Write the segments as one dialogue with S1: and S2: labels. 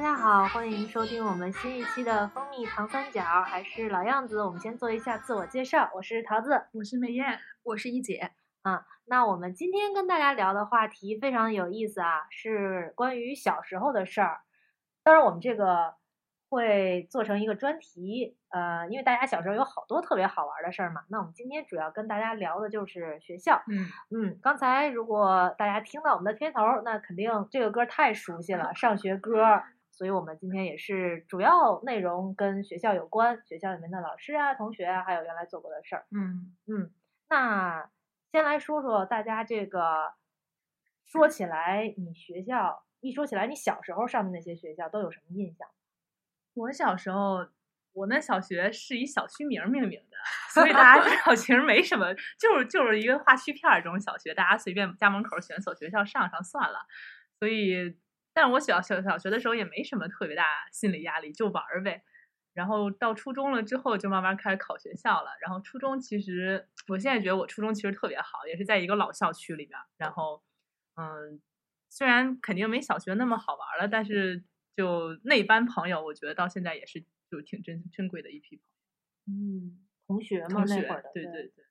S1: 家好，欢迎收听我们新一期的蜂蜜糖三角，还是老样子，我们先做一下自我介绍，我是桃子。
S2: 我是梅艳，
S3: 我是一姐，
S1: 啊那我们今天跟大家聊的话题非常有意思啊，是关于小时候的事儿。当然，我们这个会做成一个专题，呃，因为大家小时候有好多特别好玩的事儿嘛。那我们今天主要跟大家聊的就是学校。
S3: 嗯，
S1: 嗯，刚才如果大家听到我们的片头儿，那肯定这个歌儿太熟悉了，上学歌儿。所以我们今天也是主要内容跟学校有关，学校里面的老师啊、同学啊，还有原来做过的事儿。
S3: 嗯，
S1: 嗯，那先来说说大家这个，
S3: 嗯
S1: 说起来你学校，一说起来你小时候上的那些学校都有什么印象？
S2: 我小时候，我们小学是以小区名儿命名的，所以大家知 道其实没什么，就是就是一个划区片儿这种小学，大家随便家门口选所学校上上算了。所以，但我小小小学的时候也没什么特别大心理压力，就玩儿呗。然后到初中了之后，就慢慢开始考学校了。然后初中其实，我现在觉得我初中其实特别好，也是在一个老校区里边儿。然后，嗯，虽然肯定没小学那么好玩儿了，但是就那班朋友，我觉得到现在也是就挺珍珍贵的一批
S1: 嗯，同学嘛，
S2: 同
S1: 那
S2: 学
S1: 会儿的，
S2: 对
S1: 对
S2: 对对，。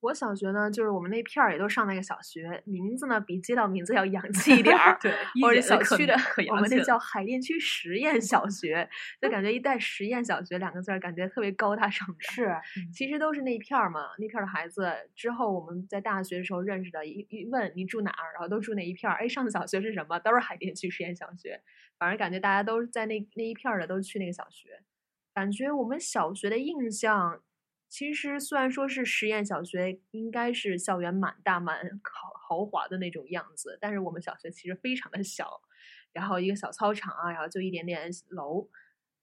S3: 我小学呢，就是我们那片儿也都上那个小学，名字呢比街道名字要洋气一点儿
S2: 对，一
S3: 我
S2: 姐
S3: 是
S2: 的
S3: 小
S2: 可
S3: 区
S2: 名
S3: 的
S2: 可，
S3: 我
S2: 洋
S3: 们
S2: 气
S3: 那
S2: 了
S3: 叫海淀区实验小学，就感觉一带“实验小学”两个字儿，感觉特别高大上的。
S1: 是，
S2: 嗯
S3: 其实都是那一片儿嘛，那片儿的孩子。之后我们在大学的时候认识的，一一问你住哪儿，然后都住那一片儿。哎，上的小学是什么？都是海淀区实验小学。反正感觉大家都是在那那一片儿的，都去那个小学。感觉我们小学的印象，其实虽然说是实验小学，应该是校园满大满豪豪华的那种样子，但是我们小学其实非常的小，然后一个小操场啊，然后就一点点楼。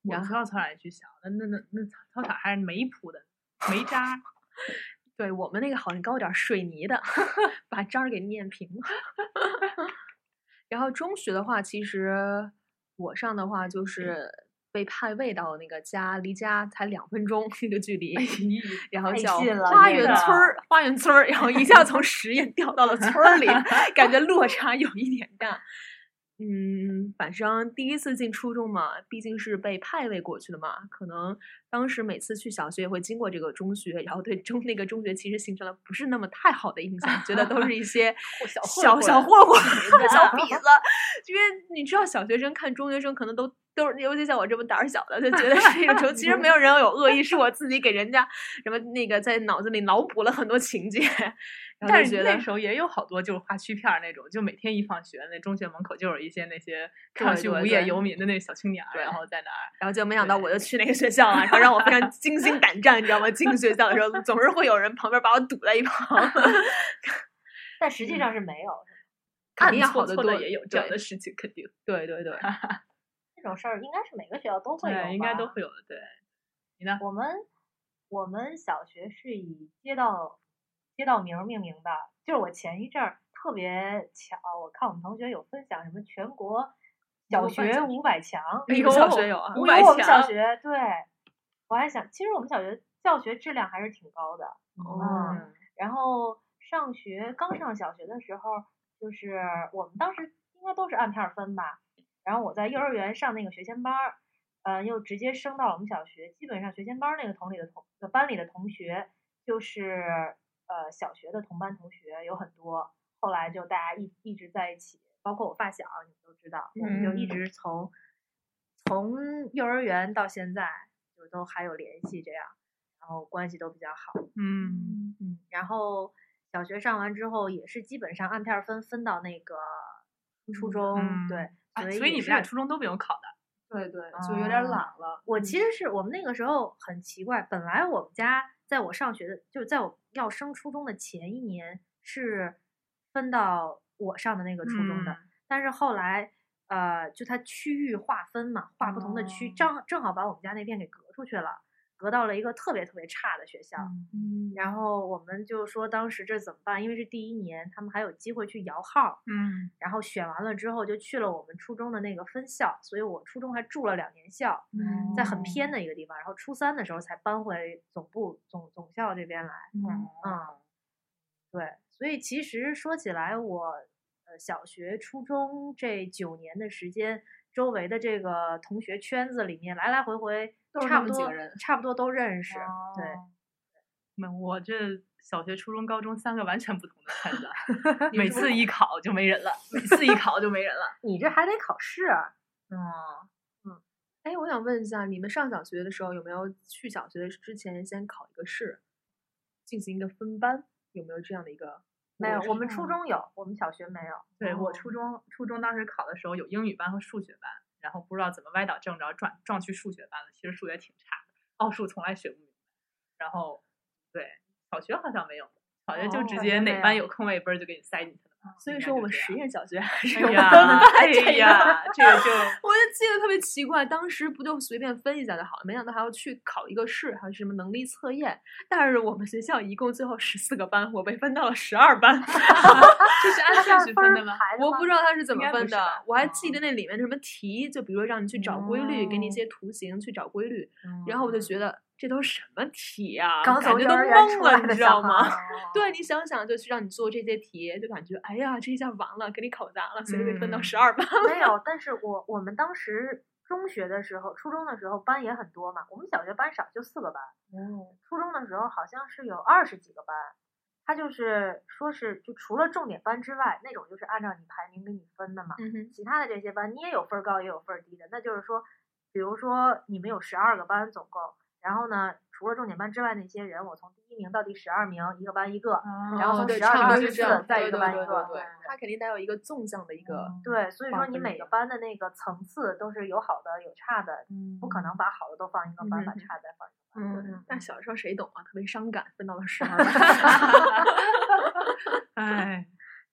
S2: 我
S3: 然
S2: 不到操场也去小，那那那那操操场还是煤铺的，煤渣儿。
S3: 对我们那个好像搞点儿水泥的， 把渣儿给碾平了。然后中学的话，其实我上的话
S2: 嗯
S3: 就是被派位到那个家，离家才两分钟那个距离，
S2: 哎你
S3: 然后
S1: 太
S3: 叫
S1: 近了
S3: 花
S2: 真
S3: 园
S2: 的
S3: 村儿，花园村儿，然后一下从实验掉到了村儿 里，感觉落差有一点大。嗯，反正第一次进初中嘛，毕竟是被派位过去的嘛，可能当时每次去小学也会经过这个中学，然后对中那个中学其实形成了不是那么太好的印象，觉得都是一些
S2: 小
S3: 小
S2: 混
S3: 小
S2: 混
S3: 混混、小 痞子，因为你知道小学生看中学生可能都都是，尤其像我这么胆儿小的，就觉得是有时候 其实没有人有恶意，是我自己给人家什么那个在脑子里脑补了很多情节，然后
S2: 但
S3: 就是觉
S2: 那
S3: 得
S2: 时候也有好多就是画区片儿那种，就每天一放学，那中学门口就有一些那 些看上
S3: 对
S2: 去
S3: 对
S2: 无业
S3: 对
S2: 游民的那小青年儿，然
S3: 对
S2: 后在那儿
S3: 然后就没想到
S2: 对
S3: 我就去那个学校了，然后让我非常惊 心胆战，你知道吗？进学校的时候，总是会有人旁边把我堵在一旁，
S1: 但实
S3: 嗯
S1: 际上是没有
S3: 肯
S2: 暗
S3: 定要
S2: 搓
S3: 好得
S2: 搓
S3: 多。
S2: 的也有这样的
S3: 对
S2: 事情，肯定
S3: 对对对，
S1: 这种事儿，应该是每个学校都会有吧，
S2: 对，应该都会有的，对。
S1: 我们我们小学是以街道街道名儿命名的，就是我前一阵儿特别巧，我看我们同学有分享什么全国小
S2: 模范
S1: 学
S2: 小
S1: 五百强，
S3: 哎
S2: 哎
S3: 呦，小学
S2: 呦
S3: 有啊，
S1: 我
S3: 五
S1: 有
S3: 百
S1: 我们小
S3: 强，
S1: 学对，我还想，其实我们小学教学质量还是挺高的，
S3: 哦
S1: 嗯，然后上学刚上小学的时候，就是我们当时应该都是按片儿分吧。然后我在幼儿园上那个学前班儿，呃，又直接升到了我们小学。基本上学前班儿那个同里的同呃班里的同学，就是呃小学的同班同学有很多，后来就大家一一直在一起，包括我发小，你们都知道，我们就一
S2: 嗯
S1: 直从从幼儿园到现在就都还有联系，这样，然后关系都比较好。
S2: 嗯，
S1: 嗯，然后小学上完之后也是基本上按片儿分分到那个初
S3: 嗯
S1: 中，
S2: 嗯
S1: 对，
S2: 哎
S1: 以
S2: 所以你
S1: 也
S2: 们俩
S1: 是
S2: 初中嗯都没有考的，哦
S3: 对对，
S1: 就有点懒
S3: 了。
S1: 我其实是我们那个时候很奇怪，本来我们家在我上学的，就是在我要升初中的前一年是分到我上的那个初中的，
S2: 嗯
S1: 但是后来呃，就它区域划分嘛，划不同的区，
S2: 哦
S1: 正正好把我们家那片给隔出去了，隔到了一个特别特别差的学校。
S3: 嗯，
S1: 然后我们就说当时这怎么办？因为是第一年，他们还有机会去摇号，
S2: 嗯，
S1: 然后选完了之后就去了我们初中的那个分校，所以我初中还住了两年校，
S3: 嗯
S1: 在很偏的一个地方。然后初三的时候才搬回总部总总校这边来。
S2: 嗯
S1: 嗯，对，所以其实说起来我，呃小学、初中这九年的时间，周围的这个同学圈子里面来来回回
S3: 都是
S1: 差
S3: 那
S1: 不
S3: 么几
S1: 多
S3: 个人，
S1: 差不多都认识，对。
S2: 哦没我这小学、初中、高中三个完全不同的圈子
S3: 你
S2: 每
S3: 是不
S2: 次一考就没人了，每次一考就没人了。
S1: 你这还得考试、啊，
S2: 嗯，
S3: 哎，我想问一下，你们上小学的时候有没有去小学之前先考一个试，进行一个分班？有没有这样的一个？啊
S1: 没有，我们
S2: 初
S1: 初
S2: 中
S1: 中有，我们小学没有。
S2: 对
S3: 哦
S2: 我初中初中当时考的时候有英语班和数学班，然后不知道怎么歪打正着转撞去数学班了，其实数学挺差的，奥数从来学不明白。然后对小学好像没有，小学就
S3: 哦
S2: 直
S1: 小
S2: 接
S1: 学
S2: 哪
S1: 没
S2: 班
S1: 有
S2: 有空位分儿就给你塞进去 了。
S3: 所以
S2: 应该
S3: 说我
S2: 就
S3: 们
S2: 这
S3: 实
S2: 样
S3: 验小学还是
S2: 哎
S3: 有分
S2: 呀，
S3: 班
S2: 哎
S3: 这一个。
S2: 呀，这个 就
S3: 我就记得特别奇怪，当时不就随便分一下就好了，没想到还要去考一个试，还有什么能力测验。但是我们学校一共最后十四个班，我被分到了十二班，
S2: 这是按
S1: 它是
S2: 顺
S1: 按
S2: 序
S1: 分
S2: 分
S1: 儿
S2: 的吗？
S1: 排的
S3: 我
S1: 吗
S3: 不知道他是嗯怎
S2: 应
S3: 么
S2: 该不
S3: 分
S2: 是
S3: 的
S2: 吧。
S3: 我还记得那里面是什么题，就比如说让你去找规律，给你一
S1: 哦
S3: 些图形去找规律。
S1: 嗯
S3: 然后我就觉
S2: 得
S3: 得这都什么题呀、
S2: 啊
S1: 刚
S3: 感
S1: 从
S3: 觉
S1: 幼
S3: 都
S1: 儿园
S3: 懵
S1: 出
S3: 了，
S1: 来
S3: 你
S1: 的
S3: 知
S1: 小
S3: 道
S1: 孩
S3: 吗？
S1: 儿，
S3: 对你想想，就是让你做这些题，就感觉哎呀，这一下完了，给你考砸了，所以被分到
S2: 嗯
S3: 十二班。
S1: 没有。但是我我们当时中学的时候，初中的时候班也很多嘛，我们小学班少，就四个班。
S3: 哦
S1: 初中的时候好像是有二十几个班，他就是说是就除了重点班之外，那种就是按照你排名给你分的嘛。
S3: 嗯哼，
S1: 其他的这些班你也有分儿高也有分儿低的，那就是说，比如说你们有十二个班总共，然后呢，除了重点班之外那些人，我从第一名到第十二名，一个班一个， 然后
S3: 哦
S1: 从
S3: 对，
S1: 12
S3: 差不
S1: 到
S3: 多是这嗯哦样
S1: 14，再
S3: 对
S1: 一个
S3: 对
S1: 班
S3: 对
S1: 一
S3: 对
S1: 个
S3: 对
S1: 对
S3: 他肯定得有一个纵向的一个。
S1: 对，所以
S3: 划
S1: 说你
S3: 分
S1: 每
S3: 这
S1: 个
S3: 样
S1: 班的那个层次都是有好的有差的，不可能把好的都放一个班，把
S3: 嗯嗯嗯嗯
S1: 差的再放一个班。对
S3: 嗯，但小时候谁懂啊？特别伤感，分到了十二
S2: 哎，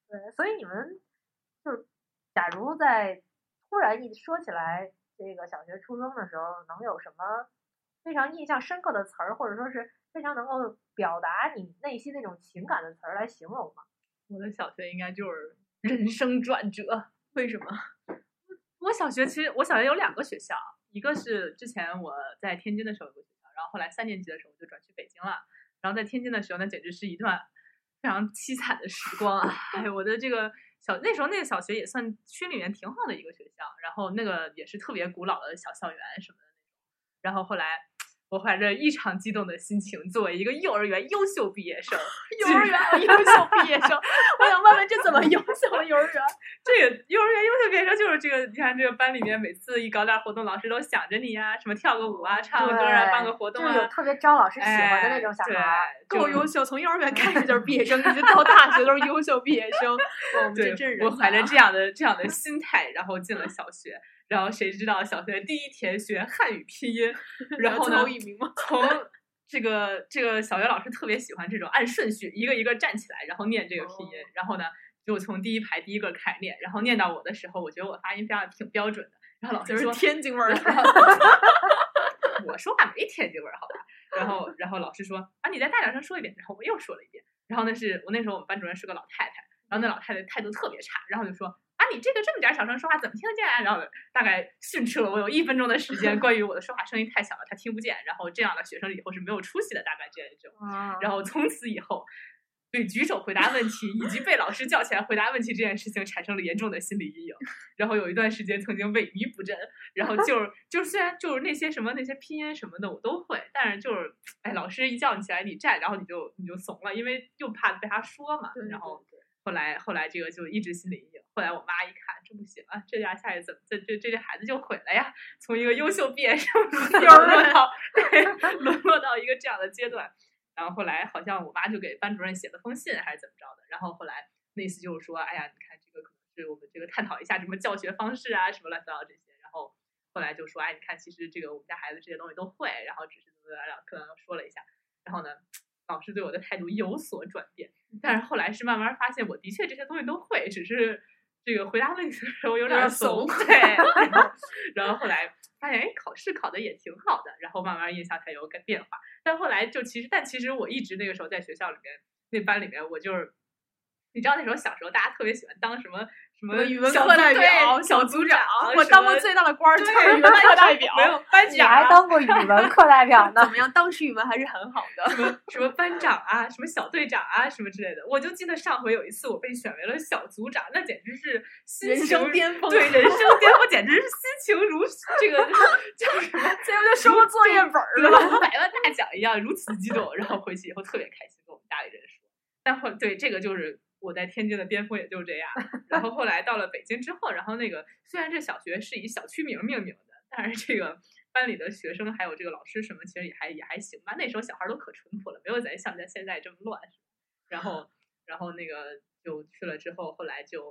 S1: 对，所以你们就是，假如在突然一说起来这个小学、初中的时候，能有什么非常印象深刻的词儿，或者说是非常能够表达你内心那种情感的词儿来形容吗？
S2: 我的小学应该就是人生转折。
S3: 为什么？
S2: 我小学其实我小学有两个学校，一个是之前我在天津的时候有个学校，然后后来三年级的时候我就转去北京了。然后在天津的时候，那简直是一段非常凄惨的时光啊！ 哎，我的这个小那时候那个小学也算区里面挺好的一个学校，然后那个也是特别古老的小校园什么的那种。然后后来我怀着异常激动的心情，作为一个幼儿园优秀毕业生
S3: 幼，
S2: 竟
S3: 儿园有优秀毕业生，我想问问这怎么优秀的 幼儿园？
S2: 这个幼儿园优秀变声就是这个，你看这个班里面每次一搞点活动，老师都想着你呀、什么跳个舞啊、唱个歌啊、
S1: 对
S2: 办个活动
S1: 就是有
S2: 啊，
S1: 特别招老师喜欢的
S2: 哎，
S1: 那种小孩儿。
S2: 对
S3: 够
S2: 就
S3: 优秀，从幼儿园开始就是毕业 生，一直到大学都是优秀毕业生。哇我们这真
S2: 对，
S3: 人
S2: 我怀
S3: 才
S2: 着
S3: 啊
S2: 这样的 这样的心态，然后进了小学，然后谁知道小学第一天学汉语 拼音，然后
S3: 最
S2: 呢
S3: 后，一名 吗？
S2: 从这个这个小学老师特别喜欢这种按顺序一个一个站起来，然后念这个拼音，
S3: 哦
S2: 然后呢就从第一排第一个开始念，然后念到我的时候，我觉得我发音非常挺标准的，然后老
S3: 就
S2: 师
S3: 是
S2: 说
S3: 天津味儿的。
S2: 我说话没天津味儿，好吧？然后，然后老师说啊，你再大点声说一遍。然后我又说了一遍。然后那是我那时候我们班主任是个老太太，然后那老太太态度特别差，然后就说啊，你这个这么点儿小声说话怎么听得见啊？然后大概训斥了我有一分钟的时间，关于我的说话声音太小了，她听不见。然后这样的学生以后是没有出息的，大概这样一种。
S1: 嗯
S3: 啊
S2: 然后从此以后，对举手回答问题以及被老师叫起来回答问题这件事情产生了严重的心理阴影。然后有一段时间曾经萎靡不振，然后 就是就是虽然就是那些什么那些拼音什么的我都会，但是就是哎，老师一叫你起来你站，然后你就你就怂了，因为又怕被他说嘛
S3: 对。
S2: 然后后来后来这个就一直心理阴影。后来我妈一看这不行啊，这家下去怎么这这这这孩子就毁了呀？从一个优秀毕业生沦落到对沦落到一个这样的阶段。然后后来好像我妈就给班主任写了封信还是怎么着的，然后后来那意思就是说，哎呀，你看这个可能是我们这个探讨一下什么教学方式啊，什么乱七八糟这些，然后后来就说，哎，你看其实这个我们家孩子这些东西都会，然后只是怎么怎么样，可能说了一下，然后呢，老师对我的态度有所转变，
S3: 嗯
S2: 但是后来是慢慢发现我的确这些东西都会，只是。这个回答问题的时候有
S3: 有点
S2: 点怂，
S3: 怂
S2: 对，然 后然后后来发现，哎，考试考的也挺好的，然后慢慢印象才有改变化。但后来就其实，但其实我一直那个时候在学校里面那班里面，我就是你知道那时候小时候大家特别喜欢当什么什么
S3: 语文
S2: 小
S3: 课
S2: 组
S3: 代
S2: 对
S3: 表
S2: 小组长，
S3: 我
S2: 什
S3: 当过
S2: 么
S3: 最大的 官儿，就
S2: 对
S3: 是
S2: 语
S3: 语
S2: 文
S3: 文
S2: 课
S3: 课代
S2: 表
S3: 表。
S2: 没有班
S4: 你
S2: 长
S4: 还
S2: 啊，
S4: 当过语文课代表
S3: 怎
S4: 呢？
S3: 么样？当时语文还是很好 的。
S2: 什么什么班长啊，什么小队长啊，什么之类的。我就记得上回有一次我被选为了小组长，那简直是心
S3: 人
S2: 情
S3: 生
S2: 如
S3: 巅峰
S2: 对人生巅峰，简直是心情如 这个叫什么？
S3: 最后就收个作业本儿
S2: 得了 百万大奖一样，如此激动。然后回去以后特别开心，跟我们家里人说。但后对这个就是我在天津的巅峰，也就是这样。然后后来到了北京之后，然后那个虽然这小学是以小区名命名的，但是这个班里的学生还有这个老师什么，其实也还也还行吧。那时候小孩都可淳朴了，没有咱像咱现在这么乱。然后然后那个就去了之后，后来就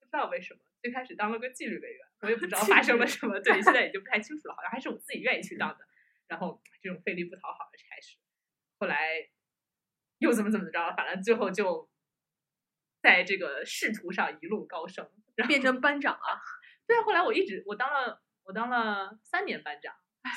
S2: 不知道为什么。最开始当了个纪律委员，我也不知道发生了什么，对，现在已经不太清楚了，好像还是我自己愿意去当的。然后这种费力不讨好的差事，后来又怎么怎么着，反正最后就在这个仕途上一路高升。然后
S3: 变成班长啊！
S2: 对，后来我一直我当了我当了三年班长，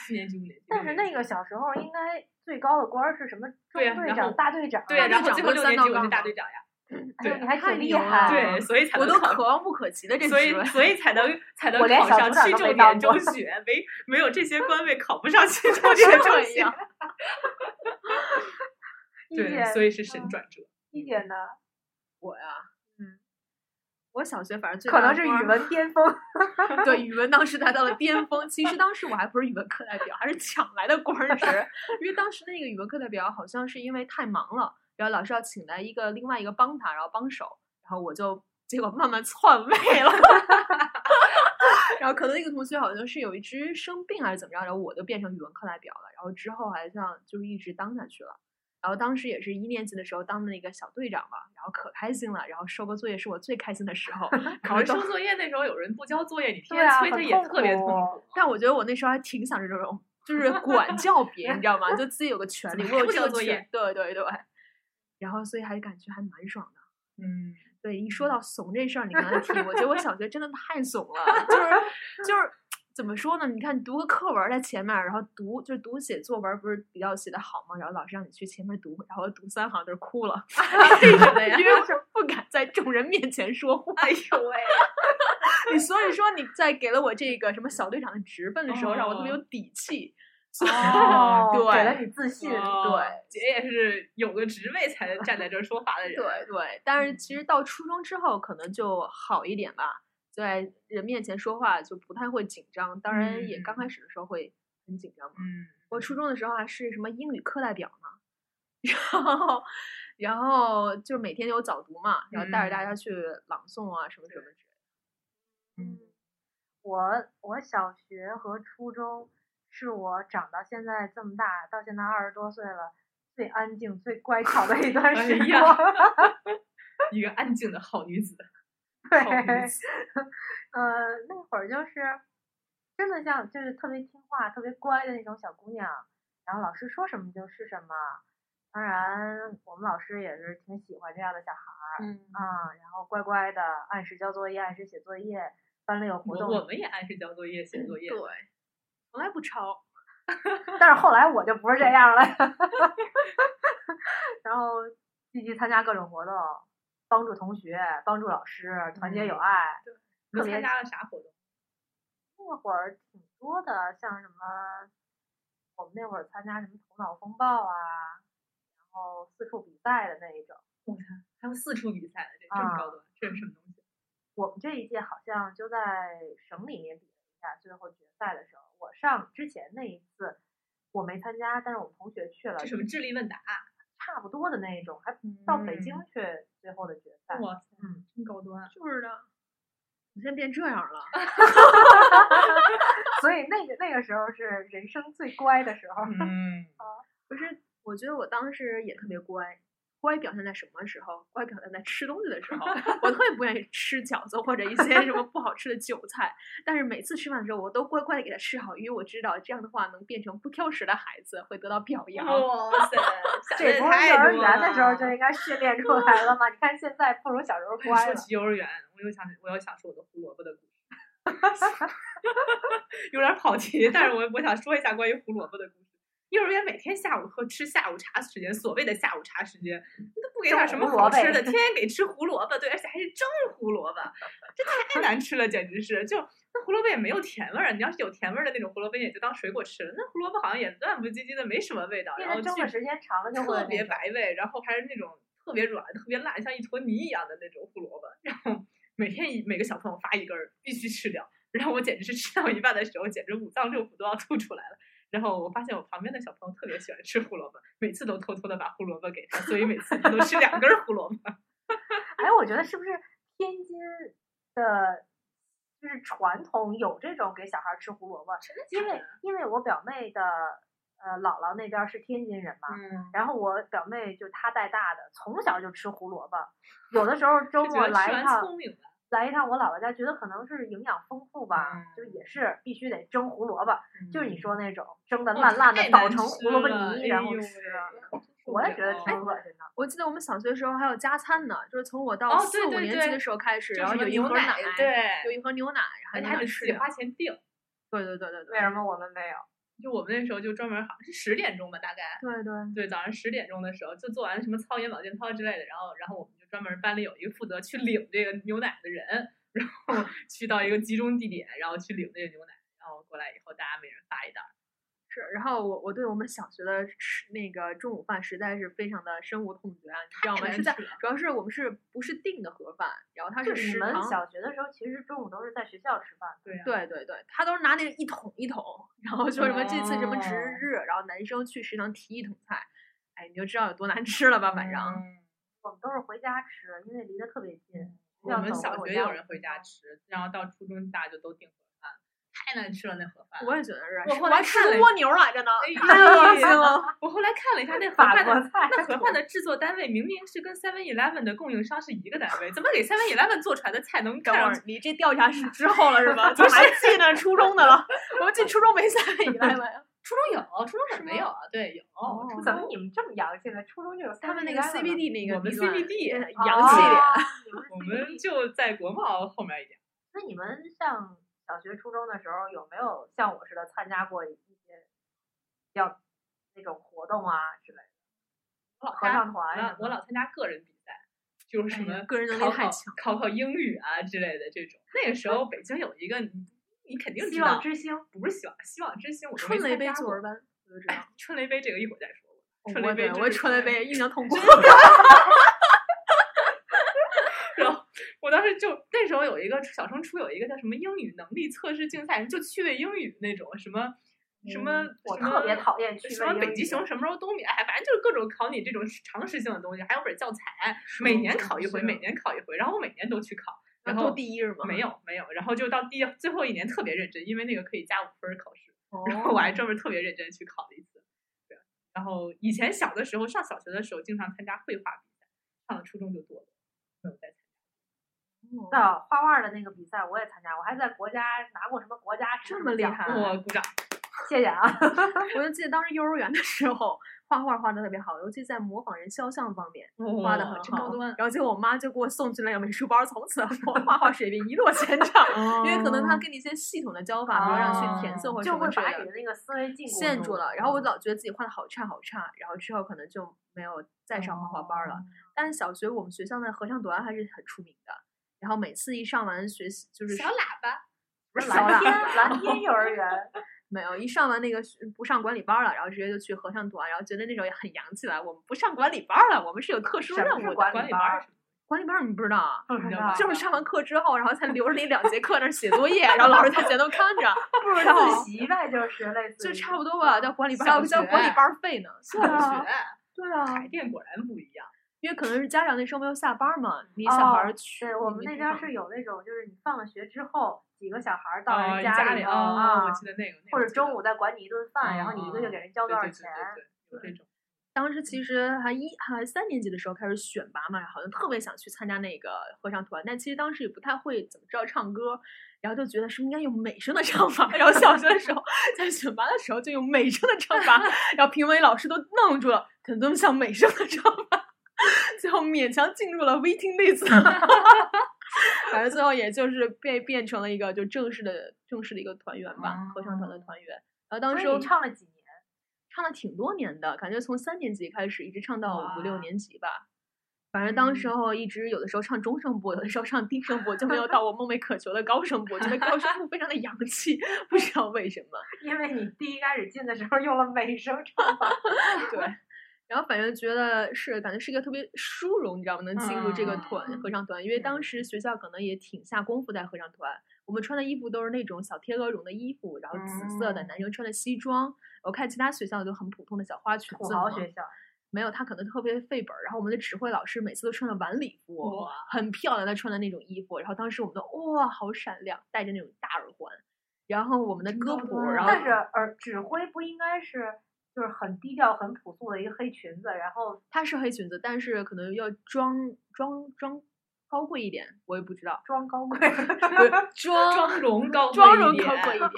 S2: 四年级五年级。
S1: 但是
S2: 六年
S1: 那
S2: 级
S1: 个小时候应该最高的官儿是什么？中
S2: 对呀
S1: 队
S2: 然后
S1: 长、大队长。
S2: 对啊，
S3: 大
S2: 然
S3: 队
S2: 后
S3: 长
S2: 最
S3: 不
S2: 后
S3: 是
S2: 六
S3: 三
S2: 年
S3: 道
S2: 级我是
S3: 杠
S2: 大
S3: 吗
S2: 队长呀，
S1: 哎呦
S2: 对
S1: 你还
S3: 太
S1: 挺
S3: 厉
S1: 厉
S3: 害
S1: 害。
S3: 了
S2: 对，所以才
S3: 我
S2: 能
S3: 都
S2: 考
S3: 可望不可及的这
S2: 所以
S3: 职 位，
S2: 所以才能才能
S1: 我连
S2: 考
S1: 小
S2: 上
S1: 组长
S2: 七
S1: 都
S2: 重
S1: 没当
S2: 点中
S1: 过
S2: 学，没没有这些官位考不上七重
S3: 这
S2: 点 中
S3: 么
S2: 学
S3: 样。
S1: 一
S2: 对
S1: 姐，，
S2: 所以是神转折。
S1: 一姐呢？
S3: 我呀，嗯，我小学反正最
S1: 可
S3: 大
S1: 能
S3: 的
S1: 是
S3: 官
S1: 语
S3: 儿
S1: 文巅 峰。
S3: 对，语文当时达到了巅峰。其实当时我还不是语文课代表，还是抢来的官儿职。因为当时那个语文课代表好像是因为太忙了，然后老师要请来一个另外一个帮他，然后帮手，然后我就结果慢慢篡位了。 然后可能那个同学好像是有一只生病还是怎么着，然后我就变成语文课代表了。然后之后还像就是一直当下去了。然后当时也是一年级的时候当的那个小队长嘛，然后可开心了，然后收个作业是我最开心的时候， 然
S2: 考
S3: 后
S2: 试
S3: 都
S2: 收作业那时候，有人不交作业，你天
S1: 对
S2: 天
S1: 啊，
S2: 催他
S1: 很
S2: 也
S1: 痛
S2: 特别痛苦。
S1: 苦。
S3: 但我觉得我那时候还挺想这种， 就是管教别人，你知道吗？就自己有个权利，
S2: 怎么
S3: 我
S2: 还
S3: 有
S2: 不
S3: 这
S2: 交
S3: 个
S2: 作
S3: 权
S2: 业，
S3: 对对对。然后，所以还感觉还蛮爽的。
S2: 嗯，
S3: 对，一说到怂这事儿，你刚才提，我觉得我小学真的太怂了，就是 就是怎么说呢？你看，读个课文儿在前面儿，然后读就是读写作文，不是比较写的好吗？然后老师让你去前面读，然后读三行就是哭 了，为什么 呀？因为我是不敢在众人面前说话。
S2: 哎呦喂，
S3: 你所以说你在给了我这个什么小队长的职分的时候，让我特别有底 气。所以
S1: 哦，给了
S3: 对
S1: 你自 信。
S2: 哦，姐也是有个职位才能站在这儿说话的人。
S3: 对对，但是其实到初中之后可能就好一点吧，在人面前说话就不太会紧张，当然也刚开始的时候会很紧张嘛。
S2: 嗯，
S3: 我初中的时候还是什么英语课代表呢， 然后然后就是每天有早读嘛，然后带着大家去朗诵啊什么什么之类的。
S1: 嗯，我我小学和初中是我长到现在这么大，到现在二十多岁了，最安静、最乖巧的一段时
S2: 哎呀
S1: 光。
S2: 一个安静的好女子，
S1: 对，
S2: 好女子。
S1: 呃，那会儿就是真的像就是特别听话、特别乖的那种小姑娘，然后老师说什么就是什么。当然，我们老师也是挺喜欢这样的小孩儿
S3: 嗯
S1: 啊、然后乖乖的，按时交作业，按时写作业，班里有活
S2: 我
S1: 动嗯
S2: 我们也按时交作业、写作业
S3: 对。，从来不抄。
S1: 但是后来我就不是这样了， 然后积极参加各种活动，帮助同学，帮助老师，团结友
S2: 嗯
S1: 爱。
S2: 你
S1: 特别
S2: 参加了啥活动？
S1: 那会儿挺多的，像什么我们那会儿参加什么头脑风暴啊，然后四处比赛的那一种。
S2: 还有四处比赛的，这这么
S1: 啊
S2: 高端，这是什么东西？
S1: 我们这一届好像就在省里面比了一下，最后决赛的时候，我上之前那一次我没参加，但是我们同学去了
S2: 这，什么智力问答？
S1: 差不多的那一种，还到北京去最后的决赛。
S2: 哇塞，
S1: 嗯，
S2: 真高端！啊
S3: 就是的，你现在变这样了。
S1: 所以那个那个时候是人生最乖的时候。
S2: 嗯，
S3: 不是，我觉得我当时也特别乖。乖表现在什么时候？乖表现在吃东西的时 候。我特别不愿意吃饺子或者一些什么不好吃的韭菜，但是每次吃饭的时候，我都乖乖的给它吃好，因为我知道这样的话能变成不挑食的孩子，会得到表扬。
S2: 哇塞，想得
S1: 这不是
S2: 太
S1: 幼儿
S2: 多
S1: 园的时候
S2: 了
S1: 就应该训练出来了吗？你看现在不如小时候
S2: 我
S1: 乖
S2: 说
S1: 了。
S2: 起幼儿园，我又想起我又想说我的胡萝卜的故事， 有点跑题，但是我我想说一下关于胡萝卜的故事。幼儿园每天下午和吃下午茶时间，所谓的下午茶时间，你都不给
S1: 就
S2: 点什么
S1: 胡萝
S2: 好
S1: 卜
S2: 吃的，天天给吃胡萝卜，对，而且还是蒸胡萝卜，这太难吃了，简直是！就那胡萝卜也没有甜味儿，你要是有甜味儿的那种胡萝卜，也就当水果吃了。那胡萝卜好像也乱不唧唧的，没什么味道，
S1: 因
S2: 然
S1: 为
S2: 后
S1: 蒸的
S2: 去
S1: 时间长了就会
S2: 特
S1: 那
S2: 别
S1: 种
S2: 白味，然后还是那种特别软、特别烂，像一坨泥一样的那种胡萝卜，然后每天一每个小朋友发一根儿，必须吃掉。然后我简直是吃到一半的时候，简直五脏六腑都要吐出来了。然后我发现我旁边的小朋友特别喜欢吃胡萝卜，每次都偷偷的把胡萝卜给他，所以每次他都吃两根儿胡萝卜。
S1: 哎，我觉得是不是天津的，就是传统有这种给小孩儿吃胡萝卜？因为因为我表妹的呃姥姥那边儿是天津人嘛，
S2: 嗯，
S1: 然后我表妹就她带大的，从小就吃胡萝卜，有的时候周
S2: 就觉
S1: 末
S2: 得
S1: 来
S2: 吃
S1: 一
S2: 完
S1: 趟
S2: 聪明了，
S1: 来一趟我姥姥家，觉得可能是营养丰富吧，
S2: 嗯
S1: 就也是必须得蒸胡萝卜，就是你说那种蒸的
S2: 哦
S1: 烂烂
S2: 太
S1: 的，捣
S2: 难
S1: 成
S2: 吃
S1: 胡萝卜
S2: 了
S1: 泥
S2: 哎
S1: 然后
S2: 呦
S1: 吃，啊
S2: 喂受
S1: 我也
S2: 不
S1: 觉得
S2: 了哦
S1: 挺恶心的。
S3: 我记得我们小学的时候还有加餐呢，就是从我到
S2: 哦
S3: 四
S2: 对
S3: 五
S2: 对
S3: 年级
S2: 对
S3: 的时候开始，
S2: 就
S3: 然
S2: 什
S3: 后
S2: 么
S3: 有一
S2: 牛
S3: 盒
S2: 奶，
S3: 有
S2: 对，
S3: 一盒牛奶，还
S2: 而且
S3: 能
S2: 还
S3: 拿
S2: 得
S3: 吃
S2: 自己
S3: 掉。
S2: 花钱订。
S3: 对对对对对
S1: 为什么我们没有？
S2: 就我们那时候就专门好像是十点钟吧，大概
S3: 对对，
S2: 对早上十点钟的时候就做完什么操演保健操之类的，然后然后我们就专门班里有一个负责去领这个牛奶的人，然后去到一个集中地点，然后去领这个牛奶，然后过来以后大家每人发一袋儿。
S3: 是。然后我我对我们小学的吃那个中午饭实在是非常的深恶痛绝啊，你知道
S2: 太
S3: 吗？
S2: 难
S3: 是在
S2: 吃了
S3: 主要是我们是不是订的盒饭，然后它
S1: 就是嗯你
S3: 食
S1: 们
S3: 堂。
S1: 小学的时候，其实中午都是在学校吃饭的。
S2: 对呀、啊
S3: 对对对，他都是拿那个一桶一桶，然后说什么这次什么值
S2: 哦
S3: 日，然后男生去食堂提一桶菜，哎，你就知道有多难吃了吧？晚上、
S2: 嗯
S1: 我们都是回家吃，因为离得特别近。
S2: 我
S1: 要
S2: 们
S1: 走
S2: 小
S1: 回
S2: 学
S1: 家
S2: 有
S1: 我
S2: 人
S1: 就
S2: 回家
S1: 说
S2: 吃，然后到初中大就都订盒饭，太难吃了那盒饭。
S3: 我也觉得是，
S2: 我
S3: 是
S2: 后
S3: 我
S2: 来
S3: 还吃
S2: 看了
S3: 蜗牛来着呢，
S2: 哎
S3: 太恶心
S2: 呀
S3: 了。
S2: 我后来看了一下那盒
S1: 法
S2: 饭
S1: 国
S2: 的，
S1: 菜
S2: 那盒饭的制作单位明明是跟 Seven Eleven 的供应商是一个单位，怎么给 Seven Eleven 做出来的菜能
S3: 等
S2: 看
S3: 会
S2: 上
S3: 儿
S2: 去？
S3: 你这调查是之后了是 吧？怎么还进了初中的了？我们进初中没 三以来了。
S2: 初中有，初中怎
S3: 是
S2: 么
S3: 吗哦
S2: 没有啊？对，有。
S1: 哦
S2: 初中
S1: 怎么你们这么洋气呢？初中就有
S3: 他们那个
S1: 7-Eleven 了
S3: CBD 那个
S2: 我们
S3: 地段
S2: CBD
S3: 呃洋气一点，
S1: 哦你 们是
S2: 我们就在国贸后面一点。
S1: 那你们上小学、初中的时候，有没有像我似的参加过一些比较那种活动啊之类的？
S2: 我老
S1: 合
S2: 参
S1: 唱团
S2: 加
S1: 什
S2: 呃我我
S1: 么的？
S2: 老参加个人比赛，就是什
S3: 哎呀
S2: 么
S3: 个人能力
S2: 考
S3: 太
S2: 考
S3: 强
S2: 考考英语啊之类的这种。那个时候北京有一个，你你肯定知
S1: 希望
S2: 道，
S1: 之星，
S2: 不是希望希望之星，我都没
S3: 春雷
S2: 参
S3: 杯
S2: 加
S3: 作
S2: 过
S3: 文班，我 就知道
S2: 哎。，春雷杯这个一会儿再说吧。春
S3: 我
S2: 雷杯
S3: 对
S2: 真
S3: 我
S2: 是
S3: 春雷杯印象 痛苦。
S2: 然后我当时就那时候有一个小升初有一个叫什么英语能力测试竞赛，就趣味英语那种什么什么、
S1: 嗯我
S2: 什么
S1: 特别讨厌去
S2: 什么北极熊
S1: 什
S2: 什么时候冬眠，哎，反正就是各种考你这种常识性的东西，还有本教材，每
S3: 吗
S2: 年考一回，
S3: 是
S2: 每年考一回，然后我每年都去考，然
S3: 都
S2: 后
S3: 第一是吗？
S2: 没有没有，然后就到第最后一年特别认真，因为那个可以加五分儿考试，
S3: 哦，
S2: 然后我还专门特别认真去考了一次。对，然后以前小的时候上小学的时候经常参加绘画比赛，上了初中就多了，没有再参加。
S3: 哦
S1: 的画画的那个比赛，我也参加，我还在国家拿过什么国家什
S3: 这
S1: 么
S3: 么厉
S1: 奖
S3: 害
S1: 呢
S2: 我鼓掌。
S1: 谢谢啊！
S3: 我就记得当时幼儿园的时候，画画画的特别好，尤其在模仿人肖像方面画的很
S2: 哇
S3: 好。
S2: 真高端。
S3: 然后结果我妈就给我送去了个美术班，从 此我画画水平一落千丈。 嗯因为可能
S2: 哦
S3: 他给你一些系统的教法，比如让你去填色或者
S1: 就
S3: 什
S1: 会
S3: 么之
S1: 把
S3: 类
S1: 你
S3: 的
S1: 的，那个思维禁锢
S3: 限住了。然后我
S1: 嗯
S3: 老觉得自己画的好差好差，然后之后可能就没有再上画画班了。但是小学我们学校的合唱团还是很出名的，然后每次一上完学习就是
S2: 小喇叭，
S3: 不是小
S1: 蓝
S3: 喇
S1: 天
S3: 叭，
S1: 蓝天幼儿园，
S3: 没有，一上完那个学不上管理班儿了，然后直接就去合唱团，然后觉得那种也很洋气了。我们不上管理班儿了，我们是有特殊
S1: 什么
S3: 任
S1: 是
S3: 务的。
S1: 管哦
S2: 管
S1: 理
S2: 理
S1: 班
S2: 班
S1: 儿
S2: 儿什么
S3: 管理班儿你不知道啊？
S1: 不
S2: 知
S1: 知
S2: 道
S1: 道
S3: 就是上完课之后，然后才留着那两节课那儿写 作业，然后老师在前头看着，不知道，
S1: 自习呗，就是类似
S3: 就
S1: 于
S3: 差不多
S1: 哦
S3: 吧，叫管理班儿，
S2: 小
S3: 有个叫
S2: 学
S3: 管理班儿费呢。
S2: 的。小
S1: 啊
S2: 学，
S3: 对啊
S2: 海，淀果然不一样。
S3: 因为可能是家长那时候没有下班儿嘛，你小孩
S1: 哦
S3: 儿去，
S1: 对我
S3: 你
S1: 们那
S3: 没地
S1: 边儿
S3: 方
S1: 是有那种，就是你放了学之后，几个小孩儿到
S2: 啊
S1: 人
S2: 一
S1: 家
S2: 里
S1: 头
S2: 啊，我
S1: 啊，
S2: 记得那个，那
S1: 或
S2: 个
S1: 者
S2: 记
S1: 中
S2: 得
S1: 午再管你一顿饭，然后你一个月
S2: 嗯
S1: 给人交
S2: 对
S1: 多少
S2: 对对
S1: 钱？
S2: 对对有这种。
S3: 当时其实还一还三年级的时候开始选拔嘛，好像特别想去参加那个合唱团，但其实当时也不太会怎么知道唱歌，然后就觉得是不是应该用美声的唱法。 然后小学的时候在选拔的时候就用美声的唱法，然后评委老师都愣住了，可能都像美声的唱法， 最后勉强进入了 waiting list，反正最后也就是被变成了一个就正式的正式的一个团员吧，合唱团的团员。然后当
S1: 所
S3: 时
S1: 以你唱了几年？
S3: 唱了挺多年的，感觉从三年级开始一直唱到五六
S2: 哇嗯
S3: 年级吧。反正当时候一直有的时候唱中声部，有的时候唱低声部，就没有到我梦寐可求的高声部。我觉得高声部非常的洋气，不知道为什么。
S1: 因为你第一开始进的时候用了美声唱法，
S3: 对，然后反正觉得是感觉是一个特别殊荣，你知道吗？能进入这个团、
S2: 嗯
S3: 合唱团，因为当
S2: 嗯
S3: 时学校可能也挺下功夫在合唱团，我们穿的衣服都是那种小贴鹅绒的衣服，然后紫色的，
S1: 嗯
S3: 男生穿的西装。我看其他学校就很普通的小花裙
S1: 土
S3: 子
S1: 豪
S3: 嘛，
S1: 学校，
S3: 没有，他可能特别费本儿。然后我们的指挥老师每次都穿的晚礼服，
S2: 哇
S3: 很漂亮，她穿的那种衣服。然后当时我们都哇，好闪亮，戴着那种大耳环。然后我们的歌谱，然后
S1: 但是而指挥不应该是就是很低调、很朴素的一个黑裙子，然后，
S3: 她是黑裙子，但是可能要装装装高贵一点，我也不知道
S1: 装高贵，
S3: 不是装
S2: 妆容高
S3: 妆
S2: 贵一
S3: 容
S2: 点
S3: 高贵一 点。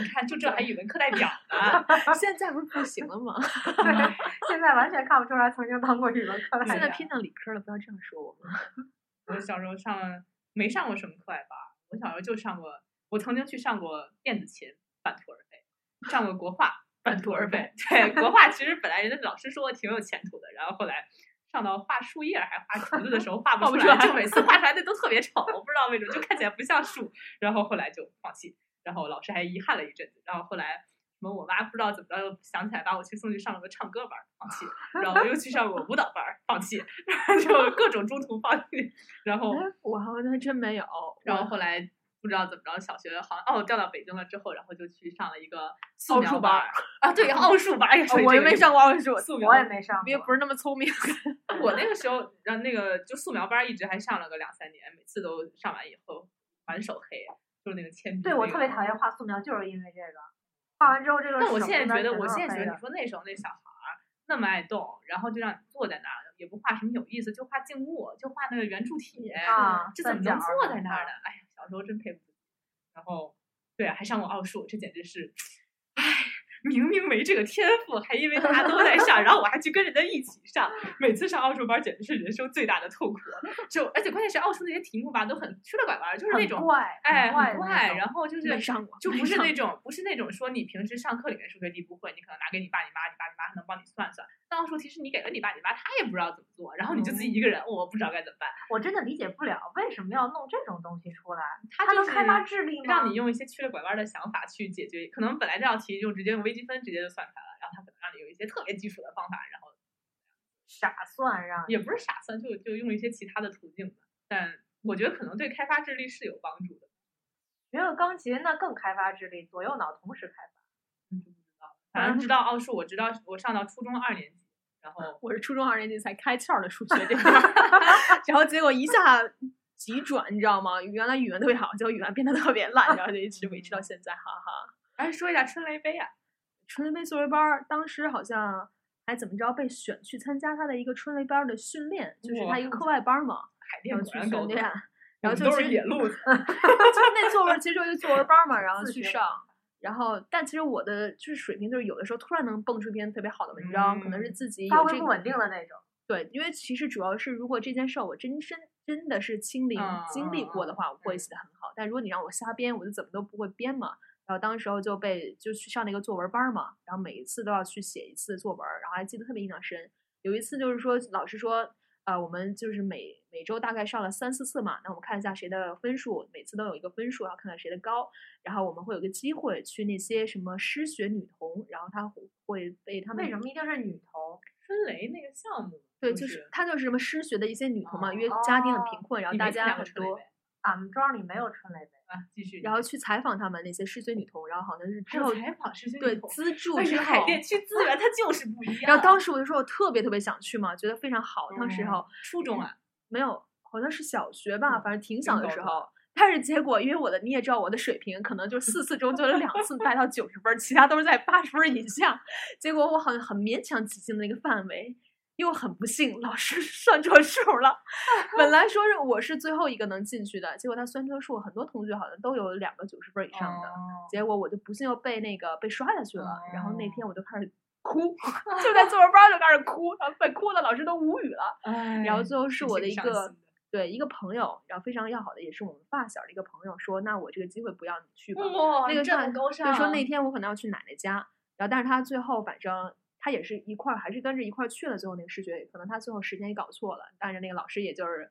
S2: 你看，就这还 语文课代表呢。
S3: 现在不是不行了 吗？
S1: 对，现在完全看不出来曾经当过语文课代
S3: 现在
S1: 表。
S3: 偏向理科了，不要这样说 我们。
S2: 我小时候上没上过什么课外班儿，我小时候就上过，我曾经去上过电子琴，半途而废；上过国画，半途而废。对，国画其实本来人家老师说我挺有前途的，然后后来上到画树叶儿还画竹子的时候画
S3: 画
S2: 不
S3: 不
S2: 出
S3: 出
S2: 来，
S3: 来
S2: 就每次画出来的都特别丑，我不知道为什么，就看起来不像树。然后后来就放弃，然后老师还遗憾了一阵子，然后后来。什么？我妈不知道怎么着，又想起来把我去送去上了个唱歌班儿，放弃；然后我又去上过舞蹈班儿，放弃； 然后就各种中途放弃。然 后
S3: 哎，我好像还真没有。
S2: 然
S3: 我
S2: 后后来不知道怎么着，小学好像哦调到北京了之后，然后就去上了一个素
S3: 奥
S2: 描
S3: 数
S2: 班
S3: 班哦
S2: 儿啊，对奥数班 儿也是、
S3: 我
S2: 也
S3: 也没上过奥数，
S2: 素描
S1: 我也没上
S3: 因为
S1: 过，
S3: 不是那么聪明。
S2: 我那个时候，然后那个就素描班儿一直还上了个两三年，每次都上完以后满手黑，就是那个铅笔、
S1: 对我特别讨。厌画素描，就是因为这个。画完之后，这个
S2: 但我
S1: 手
S2: 现
S1: 不能
S2: 在觉得，
S1: 全
S2: 我
S1: 都是
S2: 现在觉
S1: 黑
S2: 得，
S1: 的
S2: 你说那时候那小孩儿那么爱动，然后就让你坐在那儿，也不画什么有意思，就画静物，就画那个圆柱体，
S1: 啊
S2: 这怎么
S1: 三
S2: 能
S1: 角儿
S2: 坐
S1: 什
S2: 在
S1: 么
S2: 那儿
S1: 的
S2: 呢？哎呀，小时候真佩服自己。然后，对、啊，还上过奥数，这简直是，唉，明明没这个天赋，还因为大家都在上，然后我还去跟人家一起上，每次上奥数班简直是人生最大的痛苦。就而且关键是奥数那些题目吧，都很曲了拐弯儿，就是那
S1: 很
S2: 种。
S1: 怪，
S2: 哎，
S1: 怪
S2: 很
S1: 的那
S2: 怪，
S1: 种
S2: 然后就是
S3: 没上过
S2: 就
S3: 没
S2: 不是
S3: 上
S2: 那种不是那种说你平时上课里面数学题不会，你可能拿给你爸你妈，你爸你妈还能帮你算算。但奥数题是你给了你爸你妈，他也不知道怎么做，然后你就自己一个人，我不知道该怎么办。
S1: 我真的理解不了为什么要弄这种东西出来。
S2: 他
S1: 它
S2: 就
S1: 能
S2: 是
S1: 开发智力吗？
S2: 让你用一些曲了拐弯的想法去解决，可能本来这道题就直接用微积分直接就算出来了，然后他可能让你有一些特别基础的方法，然后
S1: 傻算让
S2: 也不是傻算，就就用一些其他的途径吧。但我觉得可能对开发智力是有帮助的，
S1: 学个钢琴，那更开发智力，左右脑同时开发。
S2: 嗯不知道。反正直到奥数，我知道我上到初中二年级，然后
S3: 我是初中二年级才开窍的数学这块儿， 然后结果一下急转，你知道吗？原来语文特别好，结果语文变得特别烂，然后就一直维持到现在，哈哈。
S2: 哎，说一下春雷杯啊，
S3: 春雷杯作为班儿，当时好像还怎么着被选去参加他的一个春雷班儿的训练，就是
S2: 哇
S3: 他一个课外班儿嘛，
S2: 海
S3: 然
S2: 淀
S3: 后
S2: 果
S3: 去
S2: 然高
S3: 训
S2: 端
S3: 练，然后
S2: 我们
S3: 就
S2: 都
S3: 其
S2: 是
S3: 实
S2: 野路子，
S3: 就是那作文，其实就是作文班儿嘛，然后
S1: 自
S3: 去
S1: 学
S3: 上。然后，但其实我的就是水平，就是有的时候突然能蹦出一篇特别好的文章，可能是
S2: 嗯
S3: 自己有
S1: 发
S3: 这
S1: 挥
S3: 个
S1: 不稳定的那种，
S3: 对，因为其实主要是，如果这件事儿我真身真的是亲临经历过的话，我会
S1: 嗯
S3: 写的很好。但如果你让我瞎编，我就怎么都不会编嘛。然后当时候就被就去上了一个作文班儿嘛，然后每一次都要去写一次作文儿，然后还记得特别印象深。有一次就是说，老师说，呃，我们就是每每周大概上了三四次嘛，那我们看一下谁的分数，每次都有一个分数，然后看看谁的高，然后我们会有个机会去那些什么失学女童，然后她会被
S2: 嗯
S3: 他们
S1: 为什么一定是女童？
S2: 春雷那个项目，
S3: 对，
S2: 就
S3: 就是他就是什么失学的一些女童嘛，因为
S1: 哦
S3: 家庭很贫困，然后
S2: 你
S3: 大
S2: 没参
S3: 家
S2: 加
S3: 很
S2: 过春雷
S3: 多
S2: 杯，
S1: 俺们庄里没有春雷杯，
S2: 啊，继续，
S3: 然后去采访他们那些失学女童，然后好像是
S2: 还
S3: 之后
S2: 有采访师兄
S3: 对
S2: 弟同
S3: 资助
S2: 但
S3: 之
S2: 哎是
S3: 后，
S2: 海淀区资源它就是 不一样。
S3: 然后当时我就说我特别特别想去嘛，觉得非常好，当时候
S2: 嗯初中啊，
S3: 没有，好像是小学吧，
S2: 嗯
S3: 反正挺小的
S2: 高
S3: 时
S2: 中
S3: 候。但是结果，因为我的你也知道，我的水平可能就四次中就有两次带到九十分儿，其他都是在八十分儿以下。结果我好像很勉强挤进了那个范围，又很不幸，老师 算错数了。本来说是我是最后一个能进去的，结果他算错数，很多同学好像都有两个九十分儿以上的。
S1: 哦
S3: 结果我就不幸又被那个被刷下去了，然后那
S1: 哦
S3: 天我就开始哭， 就在作文班儿就开始哭，然后被哭的老师都无语了。
S2: 哎
S1: 哎
S3: 然后最后是我的一个对一个朋友，然后非常要好的，也是我们发小的一个朋友，说那我这个机会不要你去吧。
S2: 嗯哇，
S3: 那个
S2: 这
S3: 上
S2: 么高尚，啊
S3: 就说那天我可能要去奶奶家，然后但是他最后反正他也是一块儿，还是跟着一块儿去了最后那个视觉，可能他最后时间也搞错了，但是那个老师也就是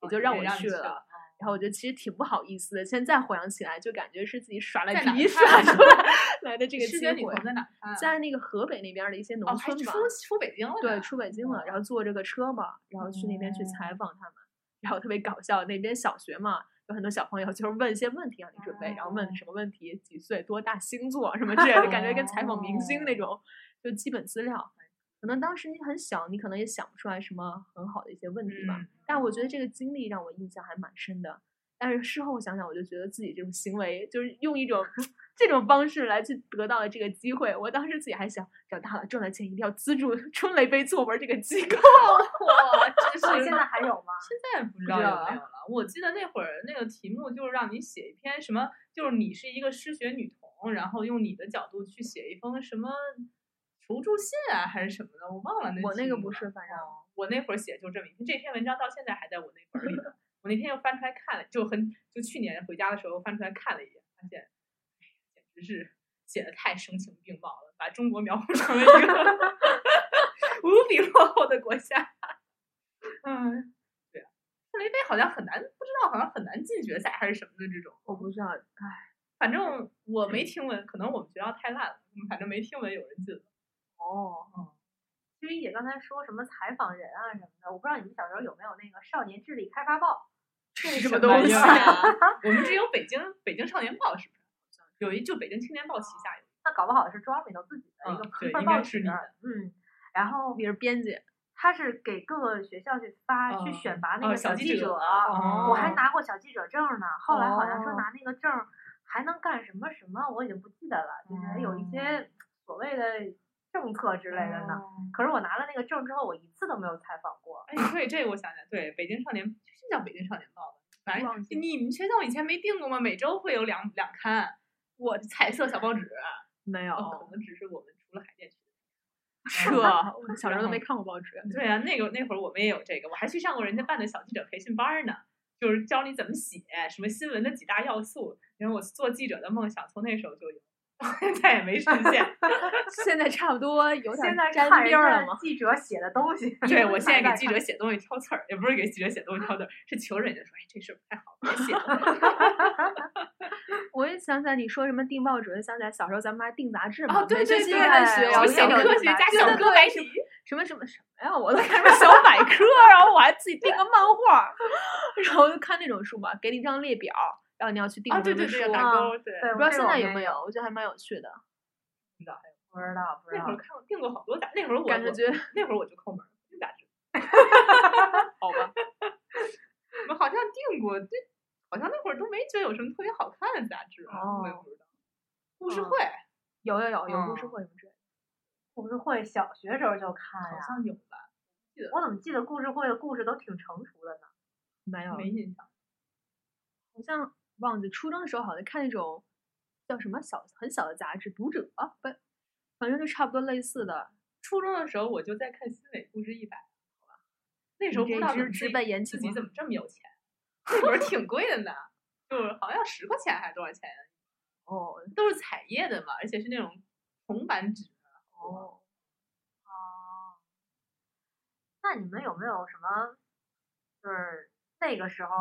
S2: 哦
S3: 也就让我
S2: 去哦
S3: 了。。然后我觉得其实挺不好意思的，现在回想起来，就感觉是自己耍赖
S2: 在哪
S3: 皮
S2: 儿
S3: 耍
S2: 看
S3: 出来来的这个机
S2: 师姐女
S3: 会
S2: 童，在哪儿看啊？
S3: 在那个河北那边儿的一些农
S2: 哦，还
S3: 村
S2: 出
S3: 吧，
S2: 出北京了呢。
S3: 对，出北京了，然后坐这个车嘛，然后去那边去采访他们，然后特别搞笑。那边小学嘛，有很多小朋友就是问一些问题让啊你准备，然后问什么问题，几岁，多大，星座什么之类的，感觉跟采访明星那种，就基本资料。可能当时你很小，你可能也想不出来什么很好的一些问题吧。
S2: 嗯
S3: 但我觉得这个经历让我印象还蛮深的。但是事后想想，我就觉得自己这种行为，就是用一种 这种方式来去得到了这个机会。我当时自己还想，长大了赚了钱一定要资助春雷杯作文这个机构。
S2: 哇，真
S1: 所以
S2: 是
S1: 现在还有吗？
S2: 现在不知道有啊没有了。我记得那会儿那个题目就是让你写一篇什么，就是你是一个失学女童，然后用你的角度去写一封什么求助信啊，还是什么的，我忘了那。
S3: 我那个不，是，反正
S2: 哦，我那会儿写就这么一篇，这篇文章到现在还在我那本儿里呢。我那天又翻出来看了，就很就去年回家的时候翻出来看了一眼，发现哎呀简直是写的太声情并茂了，把中国描绘成了一个无比落后的国家。嗯，对啊，特雷杯好像很难，不知道好像很难进决赛还是什么的这种。
S3: 我不知道，哎，
S2: 反正我没听闻，可能我们学校太烂了，嗯反正没听闻有人进了。
S1: 哦，嗯。至于姐刚才说什么采访人啊什么的，我不知道你们小时候有没有那个少年智力开发报，
S3: 这
S2: 是
S3: 什么
S2: 么
S3: 东
S2: 玩
S3: 西
S2: 意儿
S3: 啊？
S2: 我们只有北京北京少年报是不是？有一就北京青年报旗下有。
S1: 那搞不好是中央里头自己的一
S2: 嗯
S1: 个
S2: 对
S1: 份
S2: 应
S1: 报
S2: 该是
S1: 纸。
S2: 你的
S1: 嗯，然后
S3: 你是编辑，
S1: 他是给各个学校去发、去
S2: 嗯
S1: 选拔那
S2: 哦
S1: 个
S2: 小
S1: 小
S2: 记
S1: 记
S2: 者
S1: 者，
S3: 哦
S1: 我还拿过小记者证呢。后来好像说
S3: 哦
S1: 拿那个证儿还能干什么什么，我已经不记得了，就是有
S2: 哦
S1: 一些所谓的政策之
S2: 之
S1: 类的呢。。
S2: 哦
S1: 可是我拿了那个证之后，我一次都没有采访过。
S2: 哎，对，这个我想想，对，北京少年是叫北京少年报吧？反正
S3: 忘记
S2: 你们学校以前没定过吗？每周会有两两刊，我彩色小报纸，
S3: 没有，
S2: 哦，可能只是我们除了海 淀区。
S3: 这啊我小时候
S2: 然
S3: 都
S2: 后
S3: 没看过报纸。
S2: 对啊，那个那会儿我们也有这个，我还去上过人家办的小记者培训班儿呢，就是教你怎么写什么新闻的几大要素。然后我做记者的梦想从那时候就有， 再也没实现。
S3: 现在差不多有点
S1: 现在
S3: 沾
S1: 看人
S3: 边儿了
S1: 家
S3: 吗？
S1: 记者写的东西，
S2: 对，我现在
S1: 还
S2: 给记者
S1: 看
S2: 写东西挑刺儿，也不是给记者写东西挑刺儿，是求人家说，哎，这事儿不太好，别写 了。
S3: 我也想起来你说什么订报纸，想起来小时候咱们还订杂志嘛，
S2: 哦，对
S3: 文
S2: 对
S3: 学
S2: 对，
S3: 新闻学
S2: 什
S3: 我
S2: 么
S3: 们也
S2: 小
S3: 有
S2: 科
S3: 订
S2: 学
S3: 杂
S2: 家、
S3: 志
S2: 小
S3: 对
S2: 哥白尼，
S3: 什么什么什么呀？我都看什么小百科，然后我还自己订个漫画儿，然后就看那种书嘛，给你一张列表，然后你要去订
S2: 啊，
S3: 什
S2: 对
S3: 么
S2: 对
S3: 书。
S2: 对，打
S1: 啊
S2: 勾儿，对。
S1: 对，
S3: 不
S1: 我
S3: 知道
S1: 这个我
S3: 现在有
S1: 没
S3: 没有，我觉得还蛮有趣的，
S1: 不知道，不知
S2: 那
S1: 道
S2: 会。儿看过订过好多杂，那会儿我
S3: 感
S2: 我
S3: 觉觉
S2: 那会儿我嗯就抠门儿订杂志，
S3: 好吧。
S2: 我好像订过，对，好像那会儿都没觉得有什么特别好看的杂志啊，我也
S1: 哦
S2: 不知道。故事
S3: 嗯
S2: 会
S3: 有有有有故事
S1: 嗯
S3: 会什么之类的。
S1: 故事会小学时候就看
S2: 好
S1: 呀、
S2: 像有吧，
S1: 我怎么记得故事会的故事都挺成熟的呢？
S3: 没有，
S2: 没印象。
S3: 好像忘记初中的时候好像看那种叫什么小很小的杂志，《读者》不，反正就差不多类似的。
S2: 初中的时候我就在看《新伟故事一百》，好吧，那时候不
S3: 你
S2: 知
S3: 这
S2: 道怎
S3: 只
S2: 么
S3: 只
S2: 自己
S3: 被言
S2: 自
S3: 情
S2: 己
S3: 吗
S2: 怎么这么有钱，那会儿挺贵的呢，就是好像十块钱还是多少钱呀？
S3: 哦
S2: 都是彩页的嘛，而且是那种铜版纸。
S3: 哦，
S1: 哦，那你们有没有什么就是那个时候